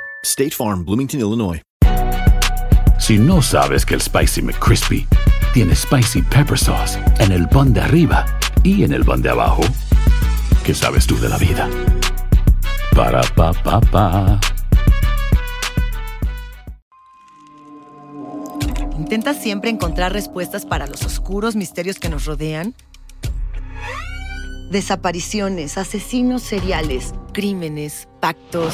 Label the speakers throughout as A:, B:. A: State Farm, Bloomington, Illinois.
B: Si no sabes que el Spicy McCrispy tiene Spicy Pepper Sauce en el pan de arriba y en el pan de abajo, ¿qué sabes tú de la vida? Para, pa, pa, pa.
C: ¿Intentas siempre encontrar respuestas para los oscuros misterios que nos rodean? Desapariciones, asesinos seriales, crímenes, pactos.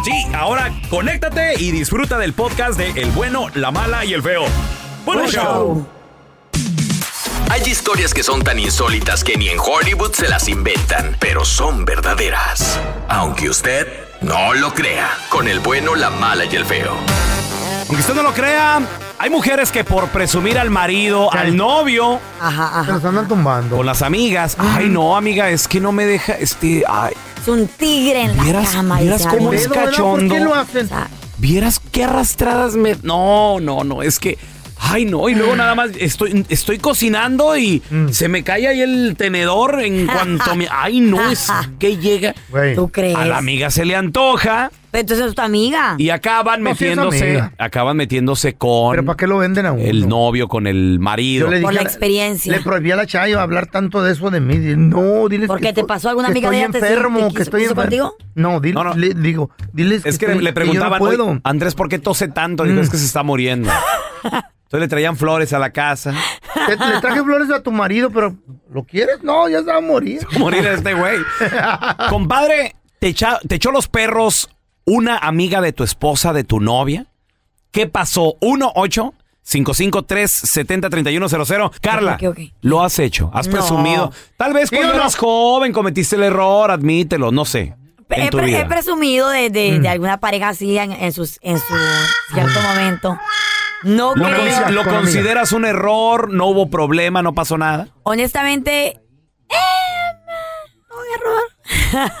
D: Sí, ahora conéctate y disfruta del podcast de El bueno, la mala y el feo. Bueno, show.
E: Hay historias que son tan insólitas que ni en Hollywood se las inventan, pero son verdaderas. Aunque usted no lo crea, con el bueno, la mala y el feo.
D: Aunque usted no lo crea, hay mujeres que por presumir al marido, al novio,
F: Ajá,
G: Se
F: ajá.
G: nos andan tumbando.
D: con las amigas, ay no, amiga, es que no me deja, este, ay,
F: Es un tigre en la
D: Vieras-
F: cama.
D: vieras
F: dice,
D: cómo
F: "Ay,
D: es
F: no".
G: ¿verdad?
D: cachondo.
G: ¿Por qué lo
F: O
G: hacen?
F: sea,
D: Vieras qué arrastradas me. No, no, no, es que. Ay, no, y luego nada más estoy, estoy cocinando y
G: Mm.
D: se me cae ahí el tenedor en cuanto me. Ay, no, es que llega.
G: Güey.
F: ¿Tú crees?
D: A la amiga se le antoja
F: Pero entonces es tu amiga.
D: y acaban
G: No, sí es
D: metiéndose.
G: amiga.
D: acaban metiéndose
G: Pero
D: con
G: ¿para qué lo venden a uno?
D: el novio, con el marido.
G: Yo le
F: Por la
G: a
F: experiencia.
G: Le prohibí a la Chayo hablar tanto de eso de mí. Dile, No, diles
F: ¿Por qué
G: que
F: te
G: estoy-
F: pasó? ¿Alguna
G: que
F: amiga de ella
G: estoy
F: te- te
G: enfermo, que
F: quiso-
G: estoy
F: quiso
G: enfermo.
F: contigo?
G: No, dile,
D: No, no.
G: le- digo, diles
D: Es que
G: estoy-
D: le
G: yo no
D: preguntaban, "Oye,
G: puedo.
D: Andrés, ¿por qué tose tanto? Digo,
G: Mm.
D: es que se está muriendo. Entonces le traían flores a la casa.
G: Te- le traje flores a tu marido, pero ¿lo quieres? No, ya se va a morir.
D: morir este güey. Compadre, te, echa- te echó los perros una amiga de tu esposa, de tu novia. ¿Qué pasó? 1-8-553-70-3100. Carla,
F: Ok, ok.
D: lo has hecho, has
F: No.
D: presumido. Tal vez
G: ¿Sí
D: cuando
G: o no?
D: eras joven cometiste el error, admítelo, no sé.
F: He,
D: En tu
F: pre- he
D: vida. Mm.
F: presumido de, de- de alguna pareja así en, en sus, en su cierto momento. No
D: ¿Lo,
G: Una
F: creo.
G: amiga,
D: cons- lo
G: con amiga.
D: consideras un error? ¿No hubo problema? ¿No pasó nada?
F: Honestamente,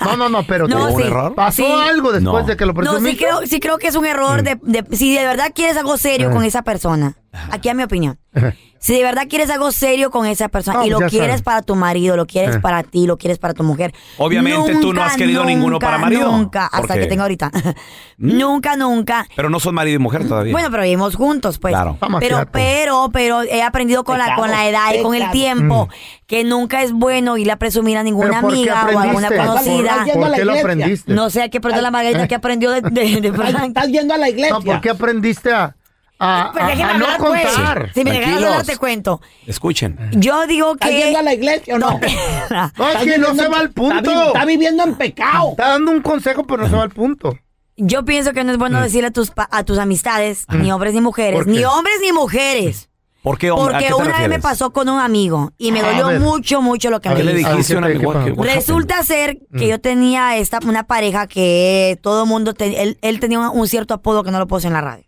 G: No, no, no, pero
F: No,
G: te-
F: ¿Hubo un sí. error?
G: pasó
F: Sí.
G: algo después
D: No.
G: de que lo
F: no, sí
G: presumiste.
F: creo, sí creo que es un
D: Mm.
F: error. De, de- si de verdad quieres algo serio
G: Eh.
F: con esa persona, aquí a mi opinión. Si de verdad quieres algo serio con esa persona
G: No,
F: y lo
G: pues ya
F: quieres
G: saben.
F: para tu marido, lo quieres
G: Eh.
F: para ti, lo quieres para tu mujer.
D: Obviamente tú no has querido ninguno para marido,
F: Nunca, hasta
D: porque- ¿Mm?
F: que tengo ahorita. nunca, nunca.
D: Pero no son marido y mujer todavía.
F: Bueno, pero vivimos juntos, pues.
D: Claro.
G: Toma,
F: Pero,
G: fíjate.
F: pero, pero he aprendido con la, con la edad y con el tiempo que nunca es bueno irle a presumir a ninguna
G: Mm. ¿Pero por qué
F: amiga o a alguna
G: aprendiste?
F: conocida.
G: ¿Por, qué lo aprendiste? Eh.
F: No sé a qué aprendió la Margarita que aprendió de, de, de Frank.
G: No, ¿por qué aprendiste a, a,
F: Pues
G: a-
F: déjeme
G: a no
F: hablar, pues.
G: contar?
F: Si me dejas hablar,
D: Tranquilos.
F: te cuento.
D: Escuchen.
F: Yo digo que.
H: iglesia o
F: no?
G: No, es que no se va al punto. Está,
H: viviendo en pecado.
G: dando un consejo, pero no se va al punto.
F: Yo
D: Mm.
F: pienso que no es bueno decirle a tus, pa- a tus amistades, ni hombres ni mujeres,
G: ¿Por qué?
F: ni hombres ni mujeres,
D: ¿Por qué hombre? ¿A qué
F: Porque
D: te
F: una vez me
D: refieres? Ah,
F: pasó con un amigo y me
D: A
F: dolió
D: ver.
F: mucho, mucho lo que
D: ¿A
F: me
D: qué le
F: hizo.
D: dijiste a un amigo? ¿Qué- what
F: Resulta ser que
D: Mm.
F: yo tenía esta, una pareja que todo mundo, te- él, él tenía un, un cierto apodo que no lo puse en la radio.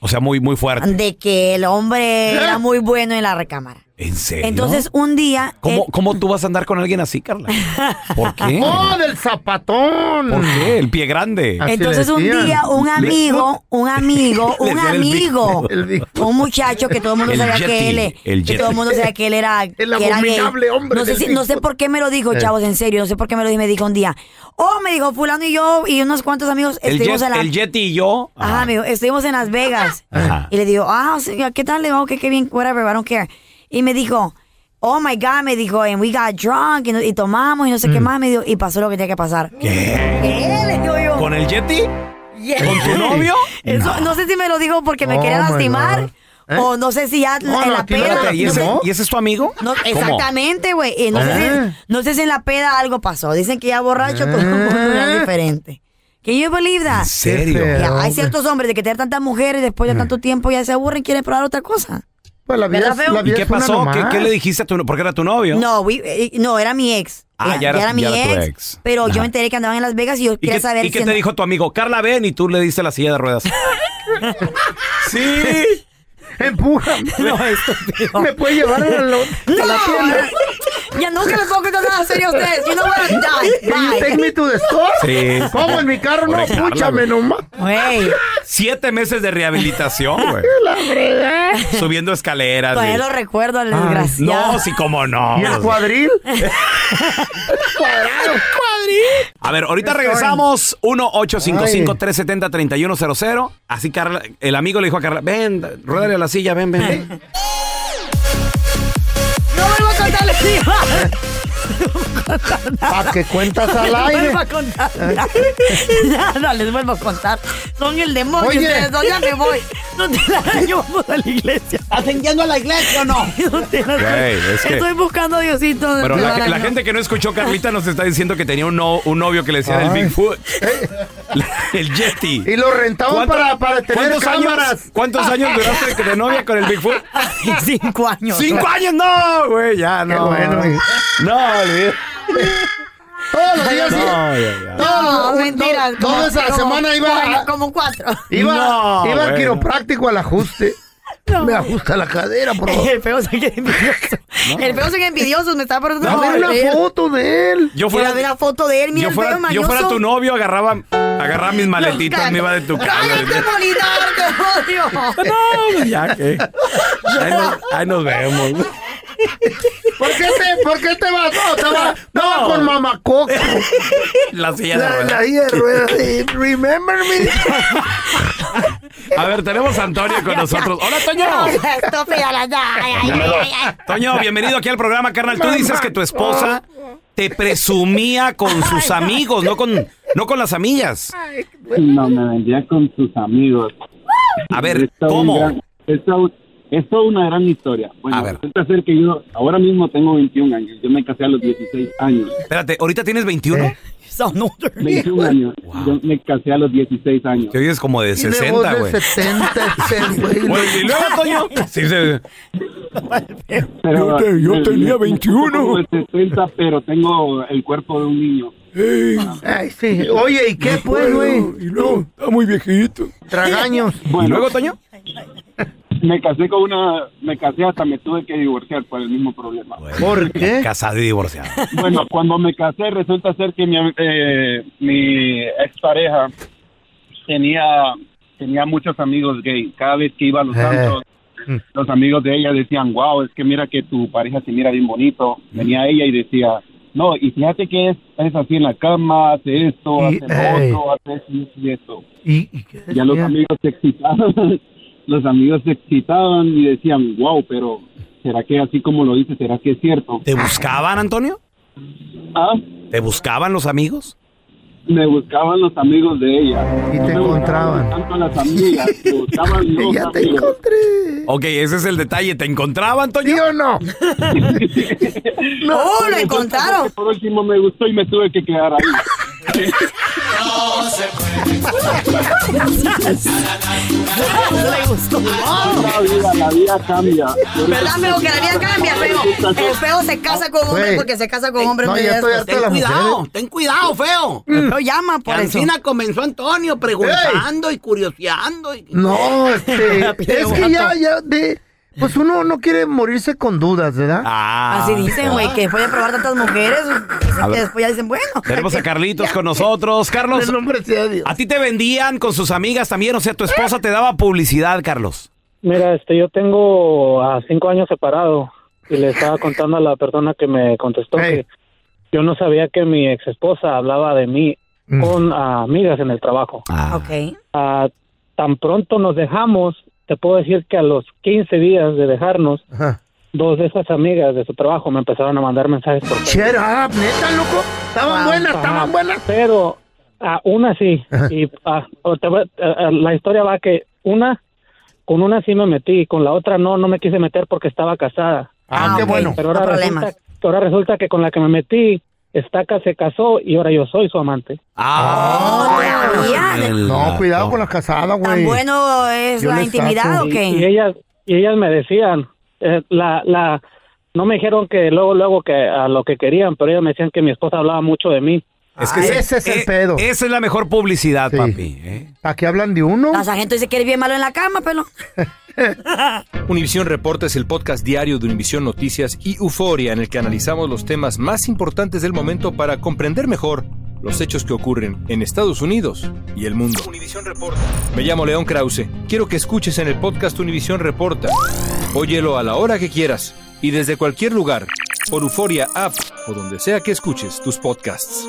D: O sea, muy, muy fuerte.
F: De que el hombre era muy bueno en la recámara.
D: ¿Eh? ¿En serio?
F: Entonces eh, un día...
D: ¿Cómo, ¿Cómo tú vas a andar con alguien así, Carla? ¿Por qué?
G: ¡Oh, del zapatón!
D: ¿Por qué? El pie grande.
F: Entonces un día un amigo, un amigo,
D: Le
F: un
D: decían el
F: amigo, un muchacho que todo el mundo
D: El
F: sabía
D: Yeti,
F: que él,
D: el
F: que
D: Yeti.
F: todo el mundo sabía que él era, el
G: abominable hombre
F: No sé,
G: del
F: si- no sé por qué me lo dijo,
G: Eh.
F: chavos, en serio, no sé por qué me lo dijo, me dijo un día. Oh, me dijo fulano y yo y unos cuantos amigos
D: El,
F: estuvimos
D: jet, Ah.
F: en la
D: el Yeti y yo.
F: Ajá, amigo, estuvimos en Las Vegas.
D: Ajá.
F: Y le digo, ah, sí, ¿qué tal? Le digo, ok, qué bien, whatever, I don't care. Y me dijo, oh my God, me dijo, and we got drunk, y, no- y tomamos, y no sé
D: Mm.
F: qué más, me dijo, y pasó lo que tenía que pasar. ¿Qué? Le digo yo.
D: ¿Con el Yeti?
F: Yeah.
D: ¿Con tu novio?
F: Eso, no. sé si me lo dijo porque me
D: Oh
F: quería
D: my
F: lastimar.
D: God. ¿Eh?
F: O no sé si ya
D: No,
F: en
D: no,
F: la
D: a ti no
F: peda.
D: te- ¿y
F: no
D: ese-
F: sé-
D: y ese es tu amigo?
F: No,
D: ¿Cómo?
F: exactamente, güey. Y No, sé
D: ¿Eh?
F: si- no sé si en la peda algo pasó. Dicen que ya borracho todo el mundo es diferente. ¿Can you believe that? ¿En
D: ¿Eh? serio? Mm.
F: hay ciertos hombres de que tener tantas mujeres después de tanto tiempo ya se aburren quieren probar otra cosa.
G: Pues la
F: vida es- la
D: ¿Y
F: vida
D: qué
F: es una
D: pasó? ¿Qué,
F: nomás.
D: qué le dijiste a tu novio? Porque era tu novio.
F: No, we- eh, no, era mi ex.
D: Ah, ya era-
F: mi
D: ya era tu
F: ex,
D: ex.
F: Pero yo
D: Ajá.
F: me enteré que andaban en Las Vegas y yo
D: ¿Y
F: quería
D: qué,
F: saber
D: y qué
F: si
D: te
F: and-
D: dijo tu amigo? Carla, ven, y tú le diste la silla de ruedas. sí.
G: Empuja.
D: No,
G: Me puede llevar a la, a la tienda.
F: Ya no se los puedo contar nada serio a ustedes. You know what? I'm done.
G: Can you
F: Bye.
G: take me to the store?
D: Sí.
G: ¿Cómo en mi carro? No,
D: Pobre Carla,
G: escúchame
D: güey.
G: nomás.
D: Siete meses de rehabilitación, güey. Subiendo escaleras.
F: Todavía
D: y-
F: lo recuerdo al
D: Ay,
F: desgraciado.
D: Ah, No, sí, cómo no.
G: ¿Y el cuadril? ¡Cuadrado!
F: ¡Cuadril!
D: A ver, ahorita
G: Estoy.
D: regresamos. 1-855-370-3100. Así Carla, el amigo le dijo a Carla, ven, ruédale a la silla, ven, ven, ven.
F: No vuelvo a contarle
G: ¿Para qué cuentas al aire?
F: No
G: Ah,
F: vuelvo a contar. Ya no les vuelvo a contar. Son el demonio.
G: Oye.
F: Ustedes dos ya me voy. No te la llevamos a la iglesia. ¿Hacen yendo a la iglesia o no? te la-
D: Güey, es que-
F: Estoy buscando a Diosito.
D: Pero
F: No,
D: la,
F: no,
D: la
F: no.
D: gente que no escuchó Carlita nos está diciendo que tenía un, no- un novio que le decía el
G: Ay.
D: Bigfoot. el Yeti.
G: Y lo rentaban
D: ¿Cuánto-
G: para, para tener
D: ¿cuántos
G: cámaras. Ah.
D: Años, ¿Cuántos años duraste de novia con el Bigfoot?
F: Cinco años.
D: ¡Cinco años! ¡No, güey! Ya, no.
G: bueno,
D: No, olvidé.
G: Todos los días.
D: No,
G: iba-
D: ya, ya.
G: todos-
F: No,
G: un-
F: mentira.
G: todo- toda esa semana iba
F: Como,
G: a-
F: como cuatro.
G: Iba,
D: No,
G: iba al
D: bueno.
G: quiropráctico al ajuste. Me ajusta la cadera, por favor.
F: El feo son envidiosos. El feo son envidiosos. Me está poniendo
G: A ver una foto de él.
D: Yo
F: Quiero
D: fuera,
F: ver la foto de él. Mira
D: yo
F: el
D: fuera-
F: feo
D: yo
F: mañoso.
D: fuera tu novio, agarraba, agarraba mis maletitas, me iba de tu casa.
F: ¡Cállate, Molinar! ¡Te odio!
D: No, pues ya que. Ahí nos, ahí nos vemos.
G: ¿Por qué te, por qué te vas? No, te vas, te vas con mamacoco.
D: La silla de
G: La,
D: ruedas.
G: la silla de ruedas. Sí, Remember me.
D: A ver, tenemos a Antonio con nosotros. Hola,
F: No,
D: Toño.
F: estúpida la- ay, ay, ay, ay, ay.
D: Toño, bienvenido aquí al programa, carnal. Tú dices que tu esposa te presumía con sus amigos, no con, no con las amigas.
H: No, me vendía con sus amigos.
D: A ver,
H: Esta es un
D: ¿cómo?
H: gran- esta- es toda una gran historia. Bueno,
D: A ver.
H: resulta ser que yo ahora mismo tengo 21 años. Yo me casé a los 16 años.
D: Espérate, ¿ahorita tienes 21?
F: Son otros.
H: 21 años. Yo me casé a los 16 años.
D: Te oyes como de
G: Y luego
D: 60,
G: de
D: güey.
G: 70 ese güey.
D: Bueno, y luego, Toño. Sí, sí.
H: Pero,
D: Yo te- yo
H: me-
D: tenía
H: me-
D: 21.
H: Como de 60, pero tengo el cuerpo de un niño.
G: Ay, sí. Oye, ¿y qué pues, güey?
D: Y luego, está muy viejito.
G: Tragaños.
D: ¿Y
H: Bueno,
D: luego, Toño?
H: me casé con una... Me casé hasta me tuve que divorciar por el mismo problema.
G: ¿Por qué?
D: Casado y divorciado.
H: Bueno, cuando me casé, resulta ser que mi, eh, mi expareja tenía, tenía muchos amigos gay. Cada vez que iba a los
G: Eh.
H: santos, los amigos de ella decían, wow, es que mira que tu pareja se mira bien bonito. Venía ella y decía, no, y fíjate que es, es así en la cama, hace esto,
G: Y-
H: hace
G: ey.
H: lo otro, hace esto y esto y esto.
G: ¿Y, y qué
H: Ya los
G: decía?
H: amigos se excitaban, los amigos se excitaban y decían, wow, pero ¿será que así como lo dice, será que es cierto?
D: ¿Te buscaban, Antonio?
H: Ah,
D: ¿Te buscaban los amigos?
H: me buscaban los amigos de ella.
G: Y
H: No
G: te
H: me buscaban
G: encontraban.
H: Tanto las amigas, me buscaban los
G: Ya te
H: amigos.
G: encontré.
D: Ok, ese es el detalle. ¿Te encontraban,
G: ¿Sí
D: Toño?
G: o no?
F: ¡Oh, lo encontraron!
H: Por último me gustó y me tuve que quedar ahí.
F: le gustó.
H: La vida, la vida cambia. Yo
F: ¿Verdad, feo? Que la vida cambia, feo. El feo se casa con hombre
H: Güey.
F: porque se casa
I: Eh,
F: con hombre.
H: No, ya estoy harto de las mujeres.
I: ten cuidado, feo.
F: No llama por
I: Y
F: eso.
I: Ancina comenzó Antonio preguntando y curioseando. y-
G: No, este, es que ya,
I: Gato.
G: ya, de, pues uno no quiere morirse con dudas, ¿verdad?
F: Así dicen, güey, que después de probar tantas mujeres, dicen
D: A
F: que
D: ver.
F: después ya dicen, bueno.
D: Tenemos a Carlitos con nosotros. Carlos, a ti te vendían con sus amigas también, o sea, tu esposa te daba publicidad, Carlos.
J: Mira, este, yo tengo a cinco años separado y le estaba contando a la persona que me contestó que yo no sabía que mi ex esposa hablaba de mí con ah, amigas en el trabajo.
F: Ok.
J: Ah, tan pronto nos dejamos, te puedo decir que a los 15 días de dejarnos, dos de esas amigas de su trabajo me empezaron a mandar mensajes por
G: Shut up, neta, loco. Estaban buenas, estaban buenas.
J: Pero a una sí. Y ah, o te voy- ah, ah, la historia va que una, con una sí me metí, y con la otra no, no me quise meter porque estaba casada.
G: Ah, qué bueno.
J: Pero ahora,
G: No
J: resulta,
G: problemas.
J: ahora resulta que con la que me metí, está ca- se casó y ahora yo soy su amante.
G: Ah, No, cuidado con las casadas, güey.
F: bueno es
G: Yo
F: la
G: les
F: intimidad
G: saco.
F: o
J: Y
F: qué?
J: ellas, y ellas me decían, eh, la, la, no me dijeron que luego, luego que a lo que querían, pero ellas me decían que mi esposa hablaba mucho de mí.
D: se-
J: ese es el
D: eh,
J: pedo.
D: Esa es la mejor publicidad, papi. ¿eh?
G: Aquí hablan de uno.
F: La sargento dice que eres bien malo en la cama, pero.
K: Univisión Reporta es el podcast diario de Univisión Noticias y Euforia en el que analizamos los temas más importantes del momento para comprender mejor los hechos que ocurren en Estados Unidos y el mundo. Me llamo León Krause. Quiero que escuches en el podcast Univisión Reporta. Óyelo a la hora que quieras y desde cualquier lugar por Euforia App o donde sea que escuches tus podcasts.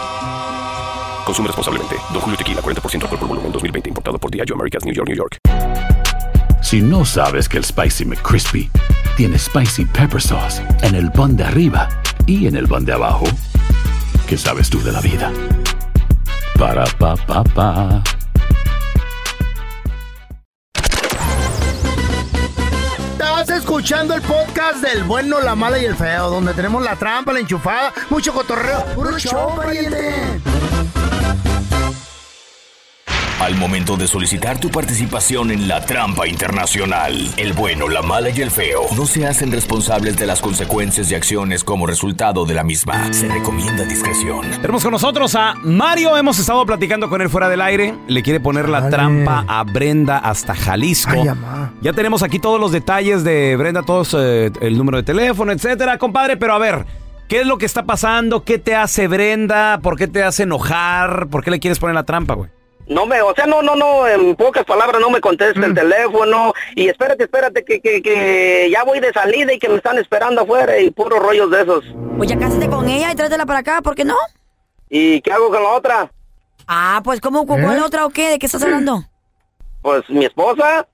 L: Consume responsablemente. Don Julio Tequila, 40% alcohol por volumen, 2020. Importado por Diageo Americas, New York, New York.
B: Si no sabes que el Spicy McCrispy tiene spicy pepper sauce en el pan de arriba y en el pan de abajo, ¿qué sabes tú de la vida? Para pa pa pa.
G: Estás escuchando el podcast del bueno, la mala y el feo, donde tenemos la trampa, la enchufada, mucho cotorreo. ¡Puro show,
E: Al momento de solicitar tu participación en la trampa internacional, el bueno, la mala y el feo no se hacen responsables de las consecuencias y acciones como resultado de la misma. Se recomienda discreción.
D: Tenemos con nosotros a Mario. Hemos estado platicando con él fuera del aire. Le quiere poner la trampa a Brenda hasta Jalisco. ya tenemos aquí todos los detalles de Brenda, todos eh, el número de teléfono, etcétera, compadre. Pero a ver, ¿qué es lo que está pasando? ¿Qué te hace Brenda? ¿Por qué te hace enojar? ¿Por qué le quieres poner la trampa, güey?
M: No me, o sea, no, no, no, en pocas palabras no me contesta
D: Mm.
M: el teléfono y espérate, espérate, que, que, que ya voy de salida y que me están esperando afuera y puros rollos de esos.
F: Pues ya cásate con ella y trátela para acá, ¿por qué no?
M: ¿Y qué hago con la otra?
F: Ah, pues ¿cómo con
M: ¿Eh?
F: la otra o qué? ¿De qué estás hablando?
M: Pues mi esposa.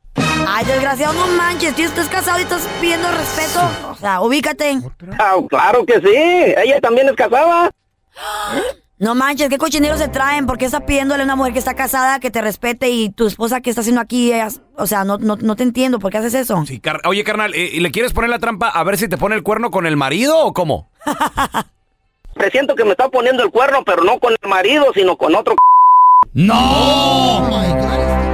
F: Ay, desgraciado, no manches, tío, estás casado y estás pidiendo respeto. O sea, ubícate.
M: Ah, claro que sí, ella también es casada.
F: No manches, qué cochineros se traen, porque estás pidiéndole a una mujer que está casada que te respete y tu esposa que está haciendo aquí, ellas- o sea, no, no, no te entiendo, ¿por qué haces eso?
D: Car- Oye, carnal, eh, ¿y ¿le quieres poner la trampa a ver si te pone el cuerno con el marido o cómo?
M: Presiento que me está poniendo el cuerno, pero no con el marido, sino con otro.
D: ¡No! Oh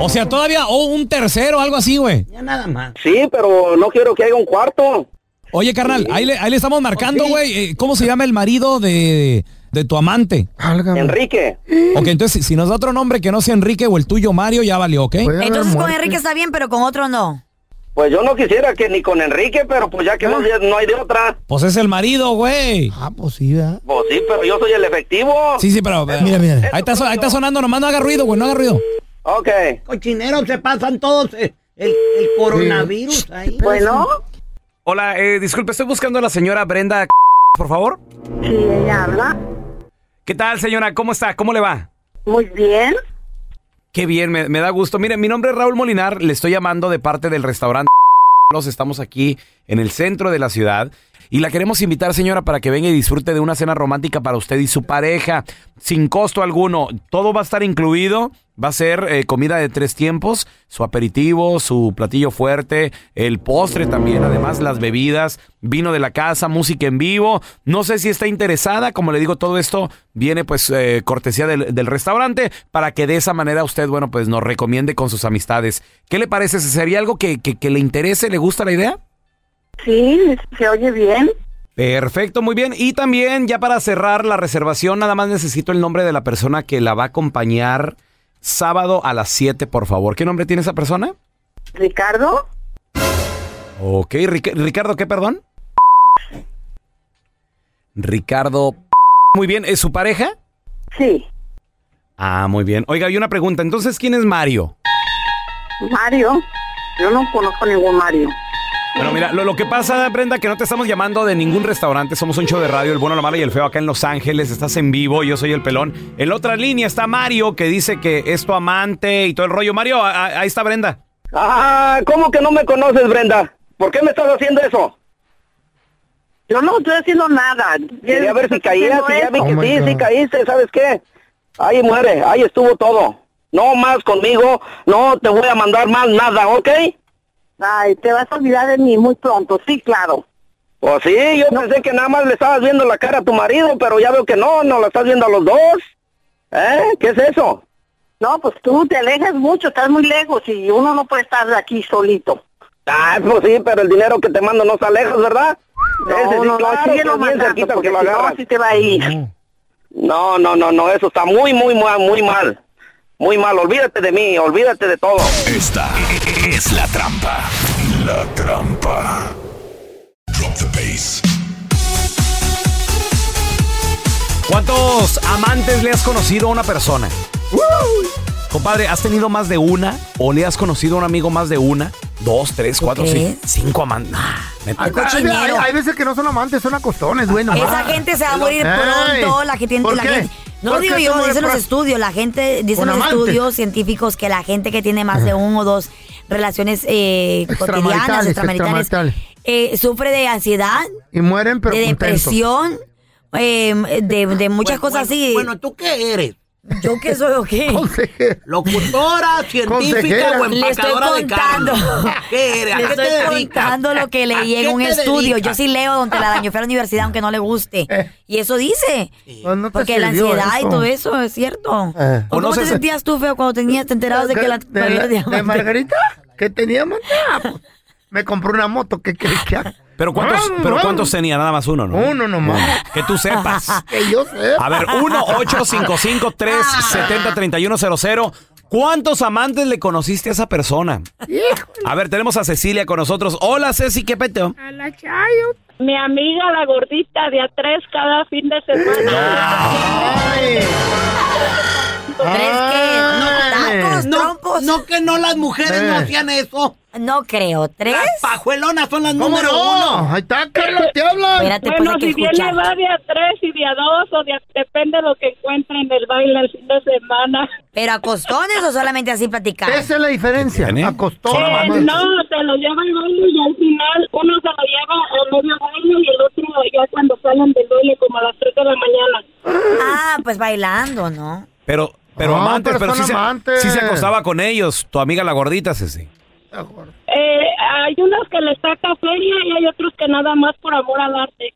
D: O sea, todavía, o un tercero, algo así, güey.
M: Ya nada más. Sí, pero no quiero que haya un cuarto.
N: Oye, carnal, ahí le, ahí le estamos marcando, güey. Eh, ¿Cómo se llama el marido de, de tu amante.
M: Enrique.
N: Ok, entonces si, si nos da otro nombre que no sea Enrique o el tuyo Mario, ya valió, ¿ok?
F: Entonces con Enrique está bien, pero con otro no.
M: Pues yo no quisiera que ni con Enrique, pero pues
D: Ah.
M: ya que no, no hay de otra.
N: Pues es el marido, güey. Ah, pues sí,
M: Pues sí, pero yo soy el efectivo.
N: Sí, sí, pero... eh, mira, mira. Pues, Ahí está, so- ahí está sonando, nomás no haga ruido, güey, no haga ruido.
M: Ok.
I: Cochineros se pasan todos eh, el, el coronavirus ahí.
M: Bueno.
D: Hola, eh, disculpe, estoy buscando a la señora Brenda, por favor.
O: Sí, ella habla.
D: ¿Qué tal, señora? ¿Cómo está? ¿Cómo le va?
O: Muy bien.
D: Qué bien, me, me da gusto. Mire, mi nombre es Raúl Molinar, le estoy llamando de parte del restaurante. Los estamos aquí en el centro de la ciudad y la queremos invitar, señora, para que venga y disfrute de una cena romántica para usted y su pareja, sin costo alguno. Todo va a estar incluido. Va a ser eh, comida de tres tiempos, su aperitivo, su platillo fuerte, el postre también, además las bebidas, vino de la casa, música en vivo. No sé si está interesada, como le digo, todo esto viene pues eh, cortesía del, del restaurante para que de esa manera usted, bueno, pues nos recomiende con sus amistades. ¿Qué le parece? ¿Sería algo que, que- que le interese? ¿Le gusta la idea?
O: Sí, se oye bien.
D: Perfecto, muy bien. Y también, ya para cerrar la reservación, nada más necesito el nombre de la persona que la va a acompañar sábado a las 7, por favor. ¿Qué nombre tiene esa persona?
O: Ricardo,
D: Ok, Ric- Ricardo, ¿qué, perdón? Ricardo. Muy bien, ¿es su pareja?
O: Sí.
D: Ah, muy bien. Oiga, hay una pregunta. Entonces, ¿quién es Mario?
O: Mario. Yo no conozco ningún Mario.
D: Bueno, mira, lo, lo que pasa, Brenda, que no te estamos llamando de ningún restaurante. Somos un show de radio, el bueno, la mala y el feo acá en Los Ángeles. Estás en vivo, yo soy el pelón. En la otra línea está Mario, que dice que es tu amante y todo el rollo. Mario, a- a- ahí está Brenda.
M: Ah, ¿cómo que no me conoces, Brenda? ¿Por qué me estás haciendo eso?
O: Yo no estoy haciendo nada.
M: Quería ver si caías y ya vi
O: Oh
M: que
O: my
M: sí,
O: God.
M: sí caíste, ¿sabes qué? Ahí muere, ahí estuvo todo. No más conmigo, no te voy a mandar más nada, ¿ok?
O: Ay, te vas a olvidar de mí muy pronto. Sí, claro.
M: Pues sí, yo pensé que nada más le estabas viendo la cara a tu marido, pero ya veo que no, no la estás viendo a los dos. ¿Eh? ¿Qué es eso?
O: No, pues tú te alejas mucho, estás muy lejos y uno no puede estar aquí solito.
M: Ah, pues sí, pero el dinero que te mando no está lejos, ¿verdad?
O: No,
M: Ese sí,
O: no, no,
M: claro,
O: síguelo
M: pues bien
O: mandando,
M: cerquita
O: porque
M: que lo
O: si no,
M: agarras.
O: sí te va a ir.
M: No, no, no, no, eso está muy, muy, muy, muy mal. Muy mal, olvídate de mí, olvídate de todo.
E: Esta es la trampa. La trampa. Drop the bass.
D: ¿Cuántos amantes le has conocido a una persona? Compadre, ¿has tenido más de una? ¿O le has conocido a un amigo más de una? Dos, tres, cuatro, cinco, cinco amantes.
G: Hay, hay- hay veces que no son amantes, son acostones, güey. nomás.
F: Esa gente se va a morir
G: Ey,
F: pronto, la que tiene
G: Ah. ¿por
F: la
G: qué?
F: gente- No
G: ¿Por
F: lo digo
G: qué se
F: yo,
G: muere
F: dicen los
G: pronto?
F: estudios, la gente, dicen
G: Un
F: los
G: amante.
F: estudios científicos que la gente que tiene más de un o dos relaciones eh, cotidianas,
G: Extramaritales,
F: extramaritales,
G: extramaritales.
F: eh, sufre de ansiedad,
G: Y mueren, pero
F: de
G: contentos.
F: depresión, eh, de, de muchas cosas así. Bueno,
I: ¿tú qué eres?
F: ¿Yo qué soy o qué?
I: Locutora, científica o
F: Le estoy
I: empacadora de carne.
F: contando.
I: ¿Qué eres? ¿A
F: Le
I: qué te
F: estoy
I: dedicas?
F: contando lo que
I: ¿A
F: leí en
I: qué
F: un
I: te
F: estudio.
I: dedicas? Eh.
F: Yo sí leo donde la dañó fue a la universidad, aunque no le guste. Y eso dice.
G: te
F: Porque la
G: sirvió
F: ansiedad
G: eso.
F: y todo eso es cierto.
G: Eh.
F: ¿O ¿Cómo te
G: ¿Conoces-
F: sentías tú, feo, cuando tenías, te enterabas de que la
G: de, la- de Margarita? ¿Qué teníamos? Ah, pues, me compró una moto, ¿qué crees que haga?
D: ¿Pero cuántos,
G: Ah,
D: pero
G: ah,
D: cuántos tenía? Nada más uno, ¿no?
G: Uno nomás.
D: Que tú sepas.
G: Que yo sé.
D: A ver, 1-855-370-3100. ¿Cuántos amantes le conociste a esa persona? A ver, tenemos a Cecilia con nosotros. Hola, Ceci, ¿qué peteo?
P: Mi amiga la gordita de a tres cada fin de semana.
F: Tacos,
I: No,
F: trompos.
I: no que no las mujeres no
F: Eh.
I: hacían eso.
F: No creo. ¿Tres?
I: Las pajuelonas son las
G: ¿Cómo
I: número
G: no?
I: uno.
G: Ahí está, Carlos, te hablan. Espérate, pues,
P: bueno,
G: hay que
P: si bien
G: escuchar.
P: le va de a tres y de a dos o de a- depende de lo que encuentre en el baile el fin de semana.
F: ¿Pero a costones o solamente así platicar?
G: Esa es la diferencia. Acostó.
P: Eh, no, se lo lleva al baile y al final uno se lo lleva al medio baile y el otro ya cuando salen del baile como a las tres de la mañana.
F: Ah, pues bailando, ¿no?
D: Pero, pero
G: Ah,
F: No,
D: amantes,
F: pero
D: pero,
F: son
D: sí,
F: amantes.
D: Se, sí se acostaba con ellos. Tu amiga la gordita, Ceci.
P: Eh, hay unos que les saca feria y hay otros que nada más por amor al arte.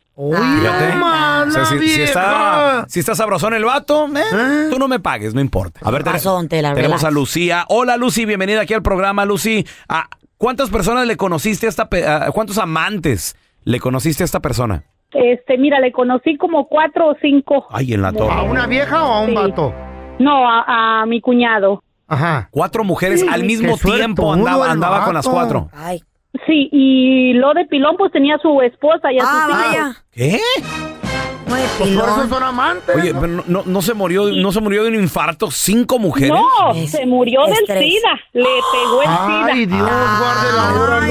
D: Fíjate.
G: mala
D: O sea, si, si
G: vieja.
D: está, si está sabrosón el vato, eh, tú no me pagues, no importa. A ver, tenemos,
F: Pasó, don Tela,
D: tenemos a
F: relax.
D: Lucía. Hola, Lucy, bienvenida aquí al programa, Lucy. Ah, ¿A ¿Cuántas personas le conociste a esta... pe- a- ¿Cuántos amantes le conociste a esta persona?
P: Este, mira, le conocí como cuatro o cinco.
G: Ay, en la torre. ¿A una vieja o a un
P: Sí.
G: vato?
P: No, a, a mi cuñado.
G: Ajá.
D: Cuatro mujeres
P: Sí.
D: al mismo
G: Qué suertudo
D: tiempo andaba,
G: el
D: andaba con las
G: vato.
D: cuatro.
P: Sí, y lo de Pilón pues tenía a su esposa y a
G: Ah,
P: sus hijos.
D: ¿Qué?
G: Pues por eso son amantes.
D: Oye, pero no, no, no se murió, no se murió de un infarto, cinco mujeres.
P: No, se murió del
D: Estrés.
P: SIDA. Le pegó el SIDA.
D: Ay, Dios, guarde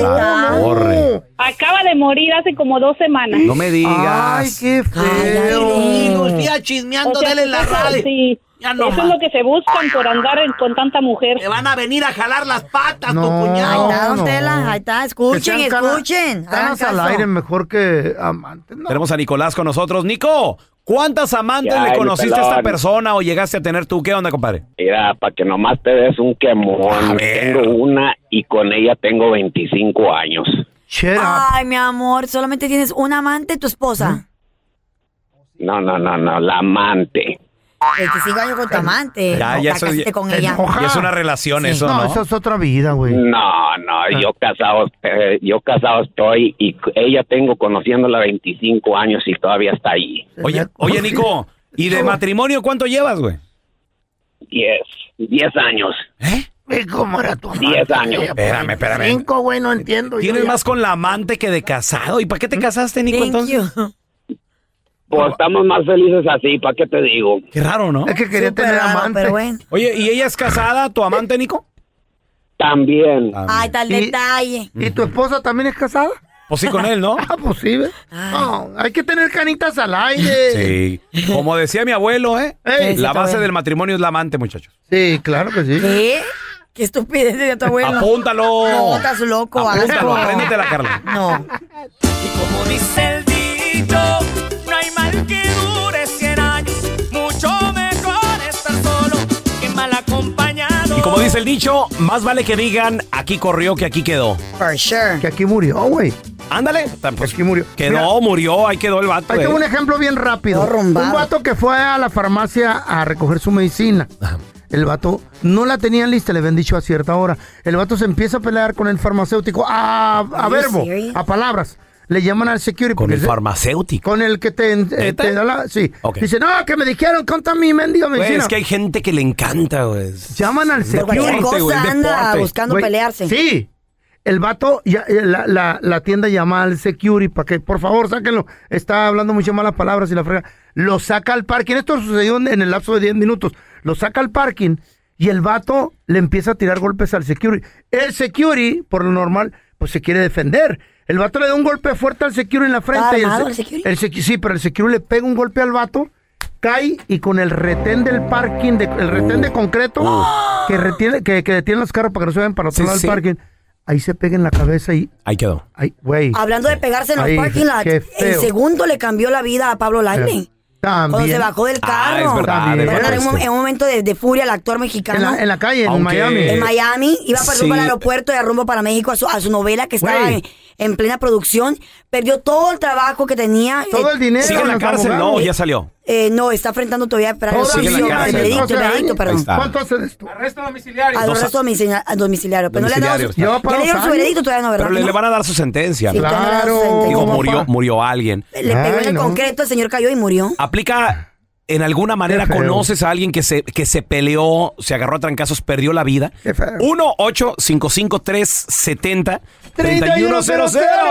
D: Ah, la hora,
P: no. Acaba de morir hace como dos semanas.
D: No me digas. Ay,
G: qué
I: feo. siga chismeando, dele en la radio.
P: Mm. Sí.
I: Ya no
P: Eso
I: más.
P: es lo que se buscan por andar en- con tanta mujer.
I: Te van a venir a jalar las patas,
G: No,
I: tu
F: Ahí
I: cuñado.
F: está, don
G: no.
F: Tela, ahí está, escuchen,
G: Que sean cana-
F: escuchen. hagan
G: Canas al
F: caso.
G: aire mejor que amantes.
D: Tenemos a Nicolás con nosotros. Nico, ¿cuántas amantes
Q: Ya,
D: le conociste a esta
Q: Nicolón.
D: persona o llegaste a tener tú? ¿Qué onda, compadre?
Q: Mira, para que nomás te des un quemón. Tengo una y con ella tengo 25 años.
F: Ay, mi amor, solamente tienes un amante, tu
G: ¿Mm?
F: esposa.
Q: No, no, no, no, la amante.
F: 25 años con tu amante.
D: Ya,
F: No,
D: ya
F: te
D: eso-
F: casaste con ella.
D: Ya es una relación eso, ¿no?
G: es Ah. otra vida, güey.
Q: Ah. No, no, yo casado, eh, yo casado estoy y c- ella tengo conociéndola 25 años y todavía está ahí.
D: Oye, oye, Nico, ¿y de matrimonio cuánto llevas, güey?
Q: 10, 10 años.
G: ¿Y cómo era tu pues,
Q: 10 años.
D: ¿Eh? Espérame, espérame.
G: Cinco, güey, no entiendo. yo
D: Tienes
G: ya.
D: más con la amante que de casado. ¿Y para qué te casaste, Nico, entonces?
Q: Pues estamos más felices así, ¿para qué te digo?
D: Qué raro, ¿no?
G: Es que quería tener amante.
D: Oye, ¿y ella es casada, tu amante, Nico?
Q: También.
F: Ay, tal
G: Y-
F: detalle.
G: ¿Y tu esposa también es casada?
D: Pues sí, con él, ¿no?
G: Ah, pues sí, ¿ves? No, hay que tener canitas al aire.
D: Sí. Como decía mi abuelo, ¿eh?
G: Ey.
D: la base del matrimonio es la amante, muchachos.
G: Sí, claro que sí.
F: ¿Qué? Qué estupidez de tu abuelo.
D: Apúntalo.
F: No, estás loco,
D: Apúntalo,
F: asco.
D: apréndetela, Carla.
F: No.
R: Como dice el dicho, no hay mal que dure 100 años. Mucho mejor estar solo que mal acompañado.
D: Y como dice el dicho, más vale que digan aquí corrió que aquí quedó.
F: For sure.
G: Que aquí murió, güey.
D: Ándale. aquí murió. Quedó,
G: Mira.
D: murió, ahí quedó el vato.
G: Ahí
D: eh.
G: tengo un ejemplo bien rápido. Un vato que fue a la farmacia a recoger su medicina. El vato no la tenían lista, le habían dicho a cierta hora. El vato se empieza a pelear con el farmacéutico a, a
D: you
G: verbo,
D: serious?
G: a palabras. Le llaman al security.
D: Con
G: porque
D: el
G: se-
D: farmacéutico.
G: Con el que te, eh,
D: ¿Neta?
G: te da la... Sí.
D: Ok.
G: Dice, no, que me dijeron, conta mi mendiga
D: Güey,
G: medicina.
D: es que hay gente que le encanta, güey.
G: Llaman al
D: Pero
G: security.
D: cualquier cosa Deporte, güey, anda deporte. buscando
G: Güey,
D: pelearse.
G: Sí. El vato, ya- eh, la, la- la tienda llama al security para que, por favor, sáquenlo. Está hablando muchas malas palabras y la frega. Lo saca al parking. Esto sucedió en, en el lapso de 10 minutos. Lo saca al parking y el vato le empieza a tirar golpes al security. El security, por lo normal, pues se quiere defender. El vato le da un golpe fuerte al security en la frente. y
F: armado
G: se-
F: el security?
G: el secu- sí, pero el security le pega un golpe al vato, cae y con el retén del parking, de- el retén de concreto que retiene, que, que detiene los carros para que no se vayan para otro
D: Sí,
G: lado
D: sí.
G: del parking, ahí se pega en la cabeza y,
D: Ahí quedó.
G: ay, güey.
F: Hablando de pegarse en los
G: Ay,
F: parking lots,
G: qué
F: el
G: feo. Eh,
F: segundo le cambió la vida a Pablo Laine.
G: También.
F: Cuando se bajó del
G: Ah,
F: carro.
G: es verdad, También.
F: Bueno, en, un,
G: este.
F: en un momento de, de furia el actor mexicano.
G: En la- en la calle, en Aunque- Miami.
F: En Miami, iba para
G: Sí.
F: rumbo al aeropuerto y rumbo para México a su, a su novela que estaba
G: Güey.
F: en, en plena producción. Perdió todo el trabajo que tenía.
G: Todo
F: Eh,
G: el dinero.
D: ¿Sigue en la
G: los
D: cárcel? No,
G: abogados.
D: ya salió.
F: eh, no, está enfrentando todavía para
G: Todo
D: sigue en la
F: el
D: cárcel.
F: veredicto,
G: O sea,
F: el veredicto,
G: ahí-
F: perdón.
D: ahí está.
G: ¿Cuánto hace de esto?
D: Arresto domiciliario.
F: Al arresto domiciliario, domiciliario. Pero Pues no le han dado su-
D: Domiciliario, está.
F: ya le dieron su veredicto todavía no, ¿verdad?
D: Pero le,
F: que
D: le
F: no?
D: van a dar su sentencia.
F: Sí,
D: ¿no?
F: todavía no le han dado su sentencia.
D: Digo,
F: Papá.
D: murió, murió alguien.
F: Le pegó en el concreto, el señor cayó y murió.
D: Aplica. En alguna manera conoces a alguien que se, que se peleó, se agarró a trancazos, perdió la vida. 1-855-370-3100.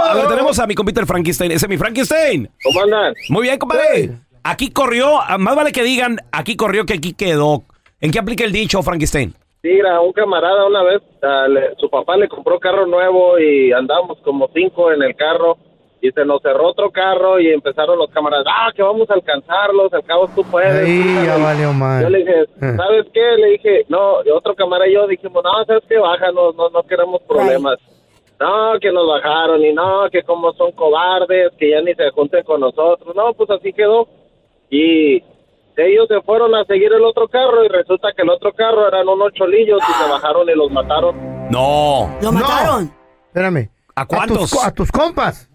D: A ver, Ah, tenemos a mi compita el Frankenstein. Ese es mi Frankenstein.
S: ¿Cómo andan?
D: Muy bien, compadre. Aquí corrió, ah, más vale que digan, aquí corrió que aquí quedó. ¿En qué aplica el dicho, Frankenstein?
S: Sí, a un camarada una vez, ah, le- su papá le compró carro nuevo y andamos como cinco en el carro y se nos cerró otro carro y empezaron los camaradas, ah, que vamos a alcanzarlos, al cabo tú puedes.
G: Ahí ya
S: pásale".
G: valió mal.
S: Yo le dije,
G: Eh.
S: ¿sabes qué? Le dije, no, y otro camarada y yo dijimos, no, ¿sabes qué? Bájanos, no, no queremos problemas. No, que nos bajaron y no, que como son cobardes, que ya ni se junten con nosotros. No, pues así quedó. Y ellos se fueron a seguir el otro carro y resulta que el otro carro eran unos cholillos y se bajaron y los mataron.
D: No.
G: ¿Lo mataron? Espérame.
D: ¿A
G: cuántos? A tus, co- a tus compas.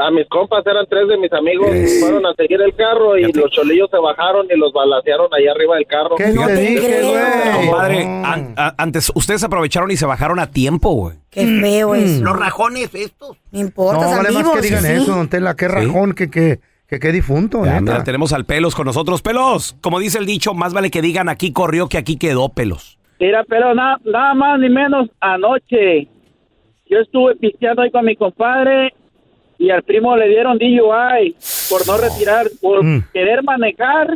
S: a mis compas, eran tres de mis amigos, fueron a seguir el carro y los cholillos se bajaron y los balacearon allá arriba del carro.
D: Fíjate, Compadre, an- a- antes ustedes aprovecharon y se bajaron a tiempo, güey.
F: Qué feo eso.
I: Mm. Los rajones estos.
F: No importa,
G: No,
F: están
G: vale más
F: vivos,
G: que digan
F: sí.
G: eso, don Tela. Qué rajón, que qué, que qué difunto,
D: Ya,
G: neta.
D: mira, tenemos al pelos con nosotros. Pelos, como dice el dicho, más vale que digan aquí corrió que aquí quedó pelos.
T: Mira, pero na- nada más ni menos anoche. Yo estuve pisteando ahí con mi compadre y al primo le dieron DUI por no retirar, por querer manejar,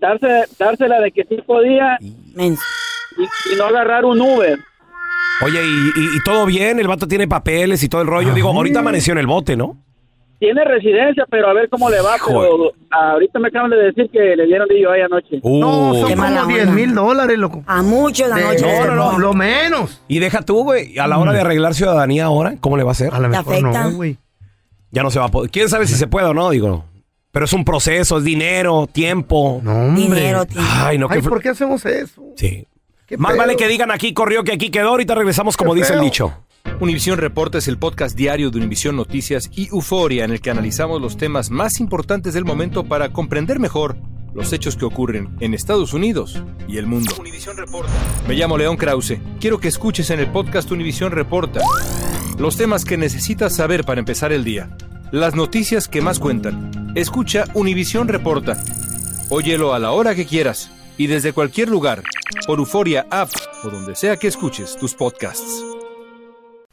T: darse, dársela de que sí podía y- y no agarrar un Uber.
D: Oye, y, y- y todo bien, el vato tiene papeles y todo el rollo. Digo, ahorita amaneció en el bote, ¿no?
T: Tiene residencia, pero a ver cómo le va. Pero ahorita me acaban de decir que le dieron DUI anoche.
G: No, son
T: Qué mala
G: como
T: onda.
G: 10 mil dólares, loco.
F: A muchos
T: la noche
G: No,
T: de
G: no, no,
T: bote.
G: lo menos.
D: Y deja tú, güey, a la hora de arreglar ciudadanía ahora, ¿cómo le va a hacer? A la
G: mejor no, afecta. güey.
D: Ya no se va a poder. ¿Quién sabe si se puede o no? Digo, pero es un proceso, es dinero, tiempo.
G: Dinero,
F: tiempo.
D: Ay, no,
G: Ay,
D: qué fr-
G: ¿por qué hacemos eso?
D: Sí. Más
K: feo.
D: vale que digan aquí corrió que aquí quedó, ahorita regresamos como dice el dicho.
K: Univisión Reporta es el podcast diario de Univisión Noticias y Euforia en el que analizamos los temas más importantes del momento para comprender mejor los hechos que ocurren en Estados Unidos y el mundo. Me llamo León Krause. Quiero que escuches en el podcast Univisión Reporta los temas que necesitas saber para empezar el día. Las noticias que más cuentan. Escucha Univisión Reporta. Óyelo a la hora que quieras y desde cualquier lugar, por Euforia App o donde sea que escuches tus podcasts.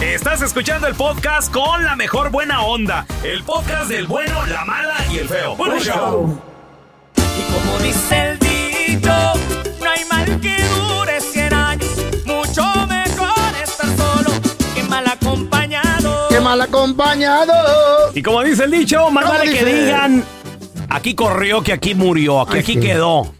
D: Estás escuchando el podcast con la mejor buena onda. El podcast del bueno, la mala y el feo.
R: Buen show. Como dice el dicho, no hay mal que dure 100 años. Mucho mejor estar solo que mal acompañado.
G: ¡Qué mal acompañado!
D: Y como dice el dicho, más
G: ¿Cómo
D: vale que
G: dice?
D: digan aquí corrió que aquí murió, aquí,
G: Ay,
D: aquí
G: sí.
D: quedó.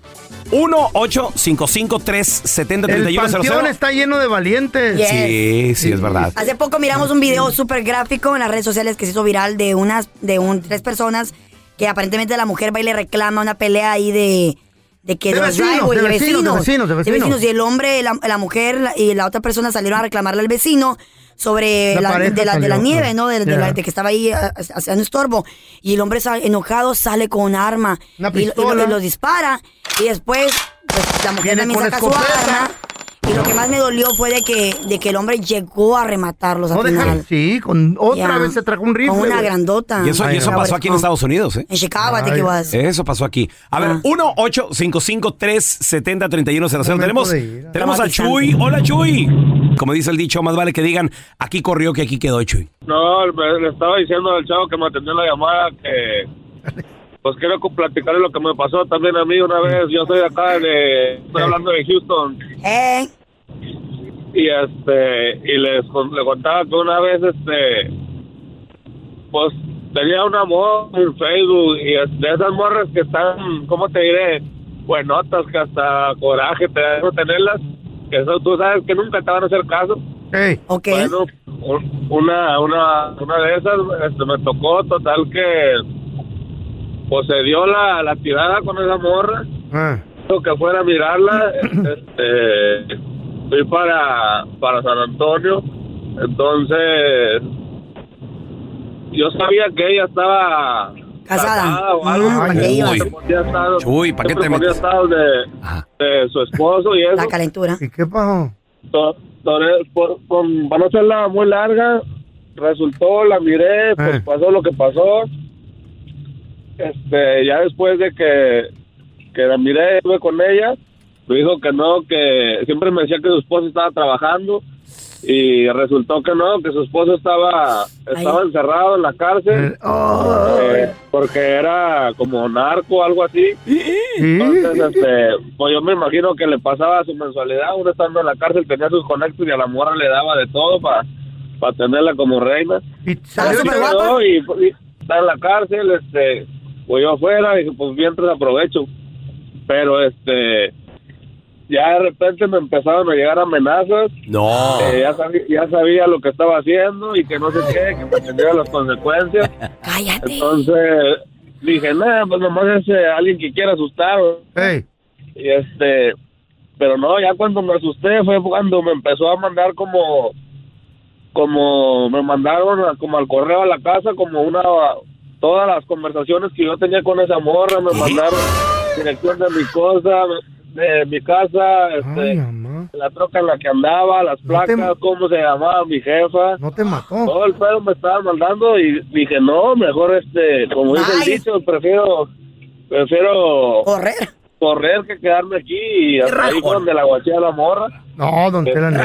D: 1 8 5 5 3 70
G: El
D: 31
G: panteón está lleno de valientes.
F: Yes.
D: Sí, sí, es verdad.
F: Hace poco miramos un video súper gráfico en las redes sociales que se hizo viral de unas, de un, tres personas que aparentemente la mujer va y le reclama una pelea ahí de, de que
G: De
F: los
G: vecinos,
F: driveway,
G: de vecinos, de vecinos, de vecinos.
F: Y el hombre, la, la mujer la- y la otra persona salieron a reclamarle al vecino sobre
C: La
F: la,
C: pareja
F: de, la, de la
C: salió, ah,
F: nieve, ¿no? De, de la-
C: ya.
F: de que estaba ahí ah, haciendo estorbo. Y el hombre sa- enojado sale con un arma
C: Una
F: y, y lo-
C: pistola.
F: y lo dispara. Y después pues, la mujer
C: Viene
F: también
C: con
F: saca su
C: escopeta.
F: arma. Y lo que más me dolió fue de que, de que el hombre llegó a rematarlos al
G: No deja-
F: final.
G: sí, con otra
F: Ya.
G: vez se trajo un rifle.
F: Con una
G: güey.
F: grandota.
D: Y eso, y eso pasó aquí en Estados Unidos, ¿eh?
F: En Chicago, I think it was.
D: Eso pasó aquí. A
F: Ah.
D: ver, 1 8 5 5 3 70 31 00. Tenemos,
F: de ir.
D: tenemos a Chuy. Hola, Chuy. Como dice el dicho, más vale que digan aquí corrió que aquí quedó, Chuy.
S: No, me- le estaba diciendo al chavo que me atendió la llamada que pues quiero co- platicarle lo que me pasó también a mí una vez. Yo soy de acá de estoy hablando de Houston
F: ¿Eh?
S: y este y les con- le contaba que una vez este pues tenía una morra en Facebook y es- de esas morras que están, ¿cómo te diré? Buenotas que hasta coraje te da por tenerlas, que eso tú sabes que nunca te van a hacer caso.
F: Ok.
S: Bueno, un- una, una, una de esas este, me tocó total que pues se dio la, la tirada con esa morra. Lo que fuera a mirarla, este, fui para, para San Antonio. Entonces, yo sabía que ella estaba
F: Casada.
S: o algo.
F: Ah, ¿para qué ibas?
S: Siempre ponía estados-
D: Chuy, ¿para qué
S: siempre
D: te
S: ponía
D: metes?
S: estados de, de su esposo y eso.
F: La calentura.
G: ¿Y qué pasó?
S: To- tore- por, por- para no hacerla muy larga, resultó, la miré, pues
G: Eh.
S: pasó lo que pasó. Este, ya después de que, que la miré, estuve con ella, me dijo que no, que siempre me decía que su esposo estaba trabajando y resultó que no, que su esposo estaba, estaba encerrado en la cárcel eh, porque era como narco o algo así. Entonces, este, pues yo me imagino que le pasaba su mensualidad, uno estando en la cárcel tenía sus conectos y a la morra le daba de todo para tenerla como reina. Salió Y quedó y, y está en la cárcel, este, pues yo afuera, dije, pues mientras aprovecho. Pero este, ya de repente me empezaron a llegar amenazas.
D: No.
S: Eh, ya, sabía, ya sabía lo que estaba haciendo y que no sé qué, que me tendría las consecuencias.
F: Cállate.
S: Entonces dije, nada, pues nomás es eh, alguien que quiera asustar. Y este, pero no, ya cuando me asusté fue cuando me empezó a mandar como, como me mandaron a- como al correo a la casa, como una, todas las conversaciones que yo tenía con esa morra, me mandaron dirección de mi cosa, de mi casa, este, la troca en la que andaba, las placas, cómo se llamaba mi jefa.
G: No te mató.
S: Todo el pedo me estaba mandando y dije, no, mejor este, como dice el dicho, prefiero, prefiero
F: correr.
S: Correr que quedarme aquí y hasta ahí fue donde la guachea la morra. Este,
G: No, don Tela, no.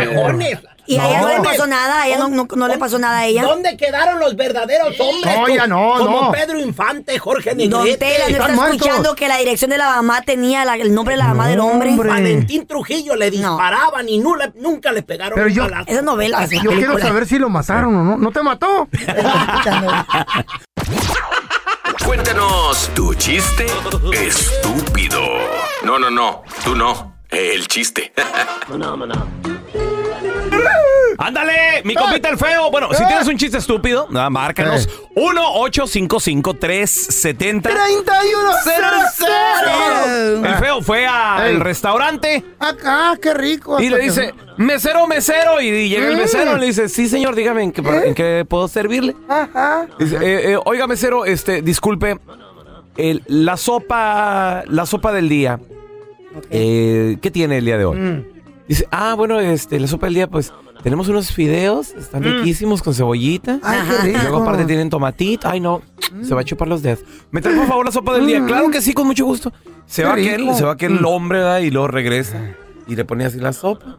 F: Y a ella no le
G: No.
F: pasó nada, a ella no, no- no le pasó nada a ella.
I: ¿Dónde quedaron los verdaderos hombres?
F: No,
I: co-
F: ya no,
I: como
F: no.
I: Pedro Infante, Jorge Negrete.
F: Don Tela, ¿no está escuchando que la dirección de la mamá tenía la- el nombre de la mamá del hombre?
I: Valentín Trujillo le disparaban y nu- le- nunca le pegaron
G: Pero yo.
I: Esas novelas.
G: Yo quiero saber si lo mataron o no. ¿No te mató?
E: Cuéntanos tu chiste estúpido. No, no, no, tú no. El chiste.
D: ¡Ándale! Mi compita el feo. Bueno, si tienes un chiste estúpido, nada, márcanos. 1-855-370.
G: 31
D: El feo fue
G: Ey.
D: al restaurante
G: Acá, qué rico.
D: y le
G: hasta que-
D: dice, mesero, mesero. Y llega el
G: Mm.
D: mesero y le dice, sí, señor, dígame en qué, en qué puedo servirle.
G: Ajá.
D: Dice, eh, eh, oiga, mesero, este, disculpe. el- la sopa. La sopa del día. eh, ¿Qué tiene el día de hoy?
G: Mm.
D: Dice, ah, bueno, este, la sopa del día, pues. Tenemos unos fideos, están riquísimos con cebollita.
G: Mm. Ay, qué
D: Y luego
G: rico.
D: aparte tienen tomatito. Ay, no, se va a chupar los dedos. ¿Me trae por favor la sopa del día? Claro que sí, con mucho gusto. Se
G: Mm. Qué
D: va
G: rico.
D: aquel, se va aquel
G: Mm.
D: hombre, ¿verdad? Y luego regresa y le pone así la sopa.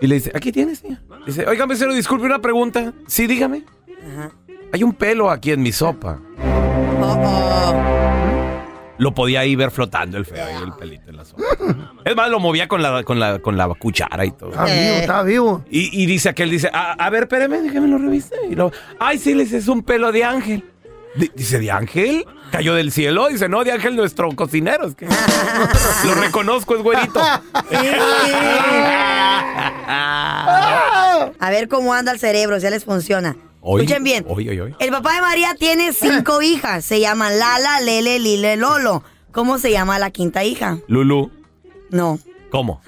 D: Y le dice, aquí tienes, señor. Dice, oiga, mesero, disculpe una pregunta. Sí, dígame. Hay un pelo aquí en mi sopa. Lo podía ahí ver flotando el feo ahí, el pelito en la sopa. Es más, lo movía con la, con la, con la cuchara y todo.
G: Está vivo, está vivo.
D: Y, y dice aquel, dice, a, a ver, espérame, déjame lo reviste. Y luego, ay, sí, le dice, es un pelo de ángel. Di- dice, ¿de ángel? ¿Cayó del cielo? Dice, no, de ángel nuestro cocinero. Es que lo reconozco, es güerito.
F: A ver cómo anda el cerebro, si ya les funciona.
D: Oy,
F: Escuchen bien.
D: oy, oy, oy.
F: El papá de María tiene cinco hijas. Se llaman Lala, Lele, Lile, Lolo. ¿Cómo se llama la quinta hija?
D: Lulu.
F: No.
D: ¿Cómo?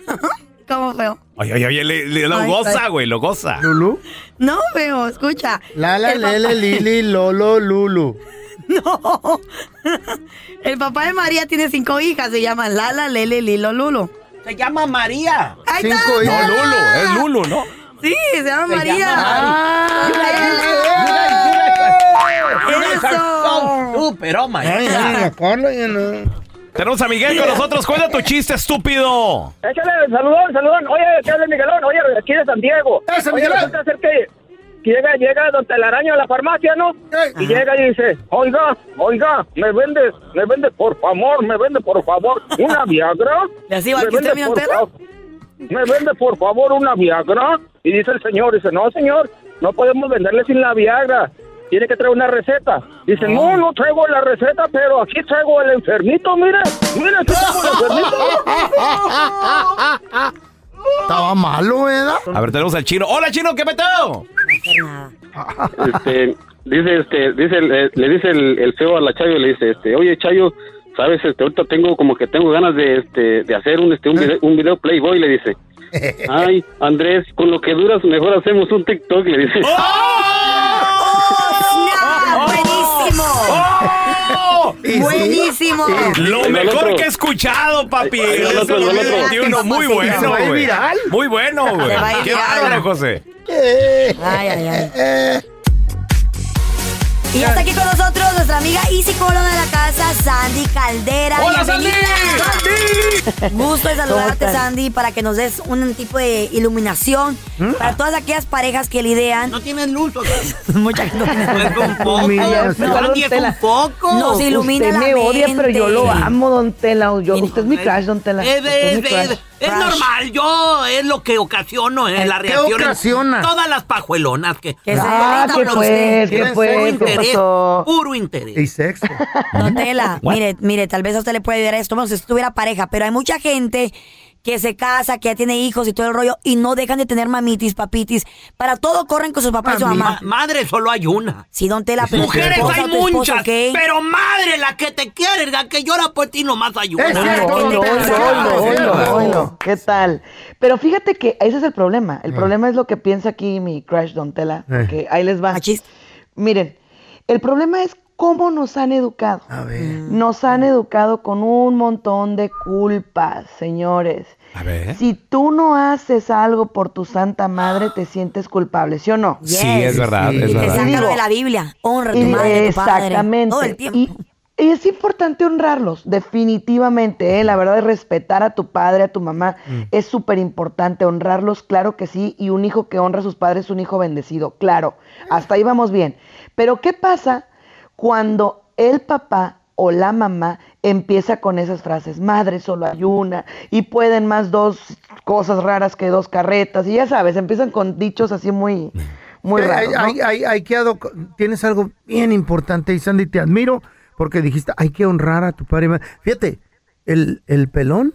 F: ¿Cómo feo?
D: Oye, oye, oye, le, le- lo
F: Ay,
D: goza,
F: ay.
D: güey, lo goza.
G: ¿Lulu?
F: No, feo, escucha.
G: Lala,
F: El papá-
G: Lele, Lili, Lolo, Lulu.
F: No. El papá de María tiene cinco hijas. Se llaman Lala, Lele, Lilo, Lulo.
I: Se llama María.
F: Ahí está.
G: Cinco hijas.
D: No, Lulu, es Lulu, ¿no?
F: Sí, se llama
I: Se
F: María.
I: llama María.
G: Ah,
I: You guys- you guys- you guys- you guys- you guys are so stupid, oh my
G: Ay,
I: God.
G: ay, Carla, ya no.
D: Tenemos a Miguel con nosotros. Cuenta tu chiste, estúpido.
T: Échale, saludón, saludón. Oye, échale Miguelón. Oye, aquí de San Diego. Oye, resulta ser que que llega, llega Don Telaraño a la farmacia, ¿no? Y llega y dice, oiga, oiga, me vende, me vende, por favor, me vende, por favor, una Viagra.
F: ¿Y así va
T: ¿Me
F: aquí usted,
T: vende,
F: mi
T: por
F: antena?
T: fa- ¿Me vende, por favor, una Viagra? Y dice el señor, dice, no, señor, no podemos venderle sin la Viagra. Tiene que traer una receta. Dice,
F: Ah.
T: no, no traigo la receta, pero aquí traigo el enfermito, mire. Mire, aquí traigo el
F: Oh,
T: enfermito.
G: Estaba malo, ¿verdad?
D: A ver, tenemos al chino. Hola, chino, ¿qué peteo?
S: este, dice, este, dice, le, le dice el, el feo a la Chayo, le dice, este, oye Chayo, sabes, este, ahorita tengo como que tengo ganas de, este, de hacer un, este, un video, un video Playboy, le dice. Ay, Andrés,
I: Oh,
S: con lo que duras, mejor hacemos un TikTok, le dice.
F: ¡Oh, snap!
D: ¡Bravo!
F: Y sí. Buenísimo. Sí.
D: Lo
F: El
D: mejor
F: otro.
D: que he escuchado, papi.
F: Ahí va el
D: en
F: otro,
D: este
F: ahí va el otro.
D: 2021, muy
F: Se va a ir
D: bueno. güey.
F: viral.
D: Muy bueno, güey.
F: Se va a ir
D: Qué
F: viral.
D: bárbaro, José.
F: Eh, Ay, ay, ay. Y ya está aquí con nosotros nuestra amiga y psicóloga de la casa, Sandy Caldera.
R: ¡Hola,
F: ¡Sandy! Gusto de saludarte,
R: ¿Cómo estás?
F: Sandy, para que nos des un tipo de iluminación para todas aquellas parejas que lidean. ¿Mm? No tienen luz, Mucha gente no tiene luz.
U: Humillación, don Tela.
F: Nos ilumina
U: usted
F: la
U: me odia, pero yo lo
F: mente.
U: amo, don Tela. Yo- usted es mi crush, don Tela.
I: Es,
U: Usted es mi
I: es-
U: crush.
I: es normal, yo es lo que ocasiono, es la
U: Eh, ¿Qué
I: reacción. en
U: ocasiona?
I: Todas las pajuelonas que...
U: se Ah, ¿qué
I: Pero
U: fue?
I: usted
U: ¿Qué
I: tiene
U: fue?
I: puro
U: ¿Qué
I: interés,
U: pasó?
I: Puro interés.
G: Y sexo.
F: Don Tela, mire, mire, tal vez a usted le puede ayudar esto, bueno, si usted tuviera pareja, pero hay mucha gente que se casa, que ya tiene hijos y todo el rollo, y no dejan de tener mamitis, papitis, para todo corren con sus papás y su mamá.
I: madre solo hay una.
F: Sí, don Tela, pero tu
I: Mujeres
F: esposa
I: hay
F: o tu esposo,
I: muchas,
F: ¿ok?
I: pero madre, la que te quiere, la que llora por ti nomás hay una.
U: Oilo, oilo, oilo, oilo, oilo. ¿Qué tal? Pero fíjate que ese es el problema. El problema es lo que piensa aquí mi crush Don Tela.
A: Eh.
U: Que ahí les va. Miren, el problema es cómo nos han educado. Nos han educado con un montón de culpas, señores.
D: A ver.
U: Si tú no haces algo por tu santa madre, te sientes culpable, ¿sí o no?
D: Sí, es verdad, es
F: Y te
D: verdad.
F: sacan
U: Digo,
F: de la Biblia, honra a tu
U: y-
F: madre, tu padre,
U: Exactamente.
F: todo el tiempo.
U: Y, y es importante honrarlos, definitivamente. ¿eh? La verdad es respetar a tu padre, a tu mamá.
H: Mm.
U: Es súper importante honrarlos, claro que sí. Y un hijo que honra a sus padres es un hijo bendecido, claro. Hasta ahí vamos bien. Pero ¿qué pasa cuando el papá o la mamá empieza con esas frases? Madre solo hay una y pueden más dos cosas raras que dos carretas. Y ya sabes, empiezan con dichos así muy... Muy
G: Eh,
U: raros,
G: hay-
U: ¿no?
G: hay- hay- hay que adoc- tienes algo bien importante y Sandy, te admiro porque dijiste, hay que honrar a tu padre. y madre". Fíjate, el, el pelón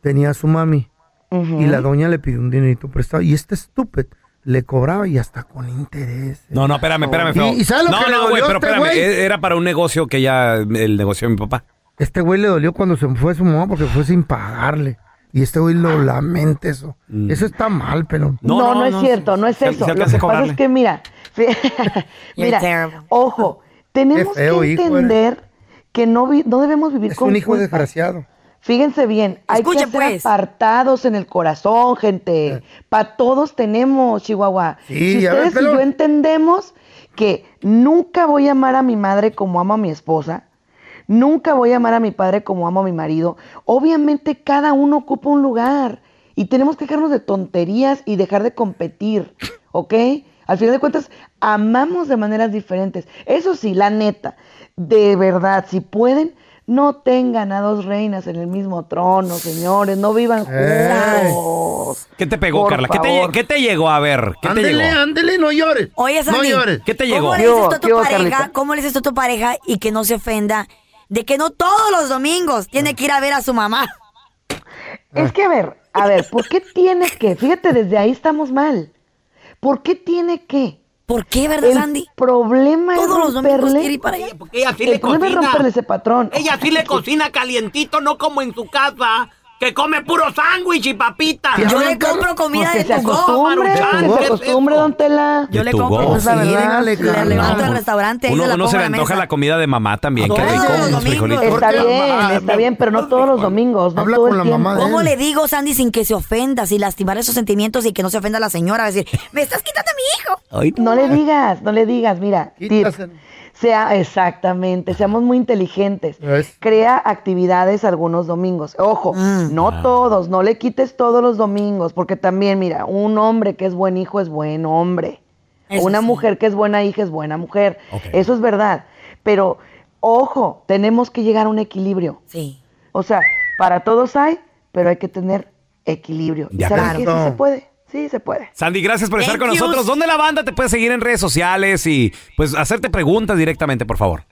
G: tenía a su mami y la doña le pidió un dinerito prestado y este estúpido le cobraba y hasta con interés.
D: No, no, espérame, espérame, feo.
G: ¿Y- y sabes lo
D: no,
G: que le
D: no,
G: dolió
D: güey,
G: a
D: pero
G: este
D: espérame.
G: güey?
D: e- Era para un negocio que ya, el negocio de mi papá.
G: Este güey le dolió cuando se fue su mamá porque fue sin pagarle. Y este güey lo lamenta eso. Eso está mal, pelón.
U: No, no, es cierto, no es
G: Mm. Se-
U: eso.
G: se
U: Lo
G: alcanza
U: que pasa
G: a cobrarle.
U: es que mira, fi- mira,
G: terrible.
U: ojo, tenemos
G: Qué feo
U: que
G: hijo
U: entender que no, vi- no debemos vivir
G: Es
U: con
G: un hijo
U: culpa.
G: desgraciado.
U: Fíjense bien, hay que
G: Escuchen,
U: ser
G: pues.
U: apartados en el corazón, gente. Para todos tenemos, Chihuahua.
G: Sí,
U: si
G: ya ves,
U: ustedes y
G: pelón.
U: yo entendemos que nunca voy a amar a mi madre como amo a mi esposa, Nunca voy a amar a mi padre como amo a mi marido. Obviamente cada uno ocupa un lugar y tenemos que dejarnos de tonterías y dejar de competir, ¿ok? Al final de cuentas, amamos de maneras diferentes. Eso sí, la neta, de verdad, si pueden, no tengan a dos reinas en el mismo trono, señores, no vivan juntos.
D: ¿Qué te pegó,
U: Por
D: Carla? ¿Qué te,
U: favor.
D: lle- qué te llegó? A ver, ¿qué te
G: Ándele,
D: llegó?
G: ándele, no llores.
F: Oye, Sandy,
G: no llores.
D: ¿Qué te llegó?
F: ¿Cómo le dices tú a
D: ¿Qué
F: tu
D: hubo,
F: pareja?
D: Carlita?
F: ¿Cómo le dices tú a tu pareja y que no se ofenda de que no todos los domingos tiene que ir a ver a su mamá?
U: Es que a ver, a ver, ¿por qué tiene que? Fíjate, desde ahí estamos mal. ¿Por qué tiene que?
F: ¿Por qué, verdad,
U: el
F: Sandy?
U: problema es
F: Todos los domingos
U: romperle-
F: quiere ir para allá.
I: Porque ella sí
U: el
I: le
U: problema es
I: cocina.
U: romperle ese patrón.
I: Ella sí le cocina calientito, no como en su casa, que come puro sándwich y papita.
U: Ah, Yo le
F: compro
U: comida Pues que de se tu go, acostumbre, Maruchan, que se ¿qué es acostumbre, don Tela.
D: Yo le compro,
U: pues, la
F: Sí,
U: verdad,
F: dígale,
U: sí,
F: Carla.
U: la
F: levanto al
U: verdad.
F: restaurante, ahí
D: Uno,
F: se la
D: uno
F: pongo
D: se
F: a
D: le
F: la mesa.
D: antoja la comida de mamá también. Qué
F: Todos
D: rico,
F: los
D: unos
F: domingos.
D: frijolitos.
U: Está bien, está bien, pero no todos los domingos, no todo el tiempo.
F: ¿Cómo le digo, Sandy, sin que se ofenda, sin lastimar esos sentimientos y que no se ofenda la señora? Va a decir, me estás quitando a mi hijo.
U: No le digas, no le digas, mira, tip.
F: Quítaselo.
U: Sea, exactamente, seamos muy inteligentes. Crea actividades algunos domingos. Ojo,
F: Ah.
U: no todos, no le quites todos los domingos, porque también, mira, un hombre que es buen hijo es buen hombre.
F: Eso
U: Una
F: sí.
U: mujer que es buena hija es buena mujer. Eso es verdad. Pero, ojo, tenemos que llegar a un equilibrio.
F: Sí.
U: O sea, para todos hay, pero hay que tener equilibrio. ¿Y
D: Ya, claro.
U: sabes qué? Sí se puede, sí se puede.
D: Sandy, gracias por estar
U: Thank
D: con
U: yous.
D: nosotros. ¿Dónde la banda te puede seguir en redes sociales y pues hacerte preguntas directamente, por favor?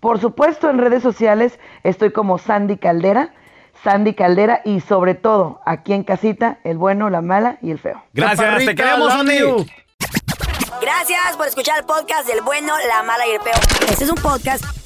U: Por supuesto, en redes sociales estoy como Sandy Caldera, Sandy Caldera y sobre todo aquí en casita, el bueno, la mala y el feo.
D: Gracias, te
U: Chaparrita,
D: queremos,
U: love
D: Sandy.
U: you.
F: Gracias por escuchar el podcast del bueno, la mala y el peo. Este es un podcast